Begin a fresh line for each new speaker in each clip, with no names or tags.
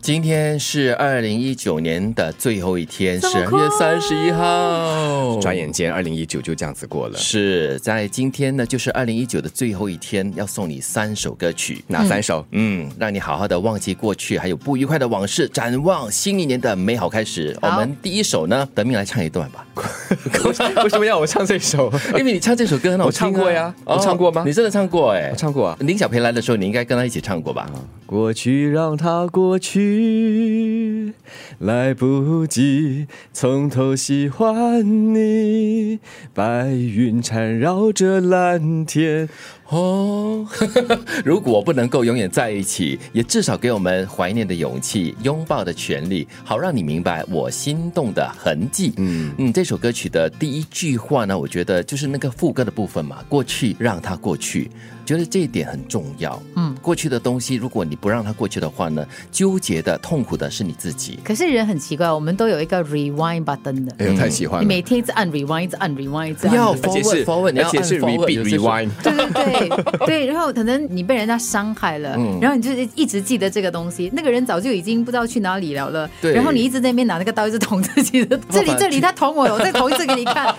今天是二零一九年的最后一天，
这
十
么
二
快
月三十一号。
转眼间，二零一九就这样子过了。
是在今天呢，就是二零一九的最后一天，要送你三首歌曲。
哪三首？
嗯，让你好好的忘记过去，还有不愉快的往事，展望新一年的美好开始。我
好
们第一首呢，德明来唱一段吧，
嗯 为什么要我唱这首？
因为你唱这首歌很好听、啊、
我唱过呀我唱过吗
你真的唱过哎、
我唱过啊。
林小培来的时候，你应该跟他一起唱过吧？
过去让它过去，来不及从头喜欢你。白云缠绕着蓝天，
哦， 如果不能够永远在一起，也至少给我们怀念的勇气、拥抱的权利，好让你明白我心动的痕迹。嗯嗯，这首歌曲的第一句话呢，我觉得就是那个副歌的部分嘛，过去让它过去，觉得这一点很重要。嗯，过去的东西，如果你不让它过去的话呢，纠结的、痛苦的是你自己。
可是人很奇怪，我们都有一个 rewind button 的，
哎呦，太喜欢
你
了！
每天一直按 rewind，一直按 rewind，一直
不
按
要
rewind
而且
forward
是
forward，你要
而且是
按 forward，有
repeat
些时候
rewind。
对 对对对，然后可能你被人家伤害了，
嗯
然后你就一直记得这个东西，那个人早就已经不知道去哪里了了，
对
然后你一直在那边拿那个刀一直捅自己的， 这里
办法
这里他捅我，我再捅一次给你 看，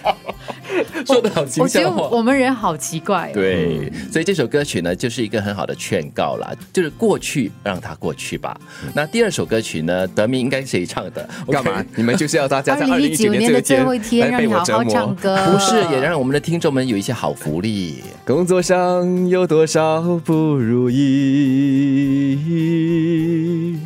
说的好形
我觉得
象化。
我们人好奇怪、哦，
对，所以这首歌曲呢，就是一个很好的劝告啦，就是过去让它过去吧。那第二首歌曲呢，德明应该谁唱的？
干嘛？你们就是要大家在二
二
零
零
一
一
九
九
年
年
这
的
个
最后一天，
来
让
被
你
我
好好
折
唱
磨。
歌，
不是，也让我们的听众们有一些好福 利。
工作上有多少不如意，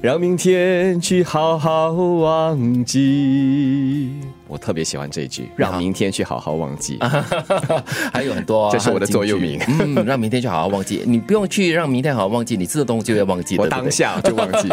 让明天去好好忘记。我特别喜欢这一句，让明天去好好啊忘记。
还有很多、啊
这是我的座右铭
还有金句嗯，让明天去好好忘记，你不用去让明天好好忘记，你自动就会忘记。
我
对不对
当下就忘记。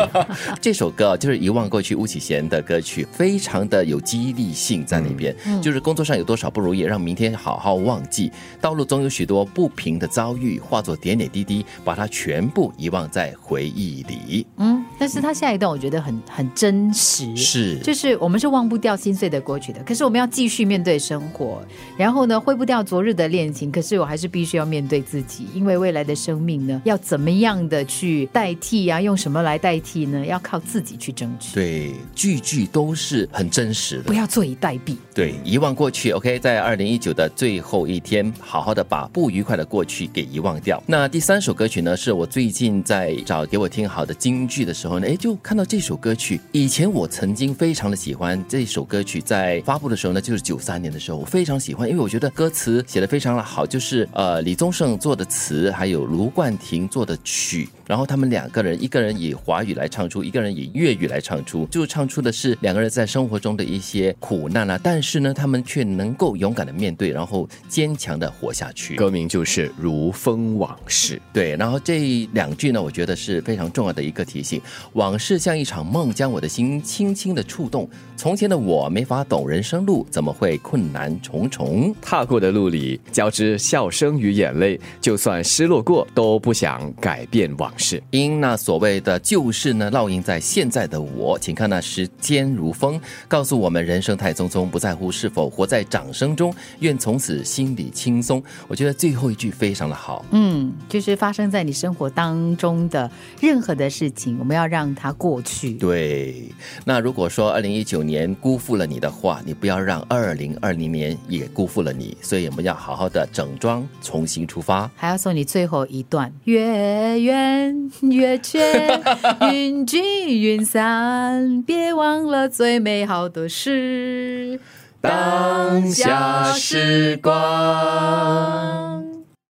这首歌啊就是《遗忘过去》，巫启贤的歌曲，非常的有激励性在里边。就是工作上有多少不如意，让明天好好忘记；道路中有许多不平的遭遇，化作点点滴滴，把它全部遗忘在回忆里。
嗯，但是他下一段我觉得很很真实，
是
就是我们是忘不掉心碎的过去的，可是我们要继续面对生活，然后呢，挥不掉昨日的恋情，可是我还是必须要面对自己，因为未来的生命呢，要怎么样的去代替啊？用什么来代替呢？要靠自己去争取，
对，句句都是很真实的
不。要坐以待毙。
对，遗忘过去。OK，在二零一九的最后一天，好好的把不愉快的过去给遗忘掉。那第三首歌曲呢，是我最近在找给我听好的京剧的时候呢，诶，就看到这首歌曲。以前我曾经非常的喜欢这首歌曲，在发布的时候呢，就是九三年的时候，我非常喜欢，因为我觉得歌词写的非常的好，就是呃李宗盛做的词，还有卢冠廷做的曲，然后他们两个人，一个人以华语来唱出，一个人以粤语来唱出，就唱出的是两个人在生活中的一些苦难啊，但是呢，他们却能够勇敢的面对，然后坚强的活下去。
歌名就是《如风往事
对，然后这两句呢，我觉得是非常重要的一个提醒。往事像一场梦，将我的心轻轻的触动。从前的我没法懂人生路，怎么会困难重重？》，
踏过的路里交织笑声与眼泪，就算失落过，都不想改变往事。
因那所谓的旧事呢，烙印在现在的我。请看那时间如风，告诉我们人生太匆匆，不在乎是否活在掌声中。愿从此心里轻松。我觉得最后一句非常的好。
嗯，就是发生在你生活当中的任何的事情，我们要让它过去。
对，那如果说二零一九年辜负了你的话，你不要让二零二零年也辜负了你，所以我们要好好的整装，重新出发。
还要送你最后一段，月圆月缺，云聚云散，别忘了最美好的事。
当下时光。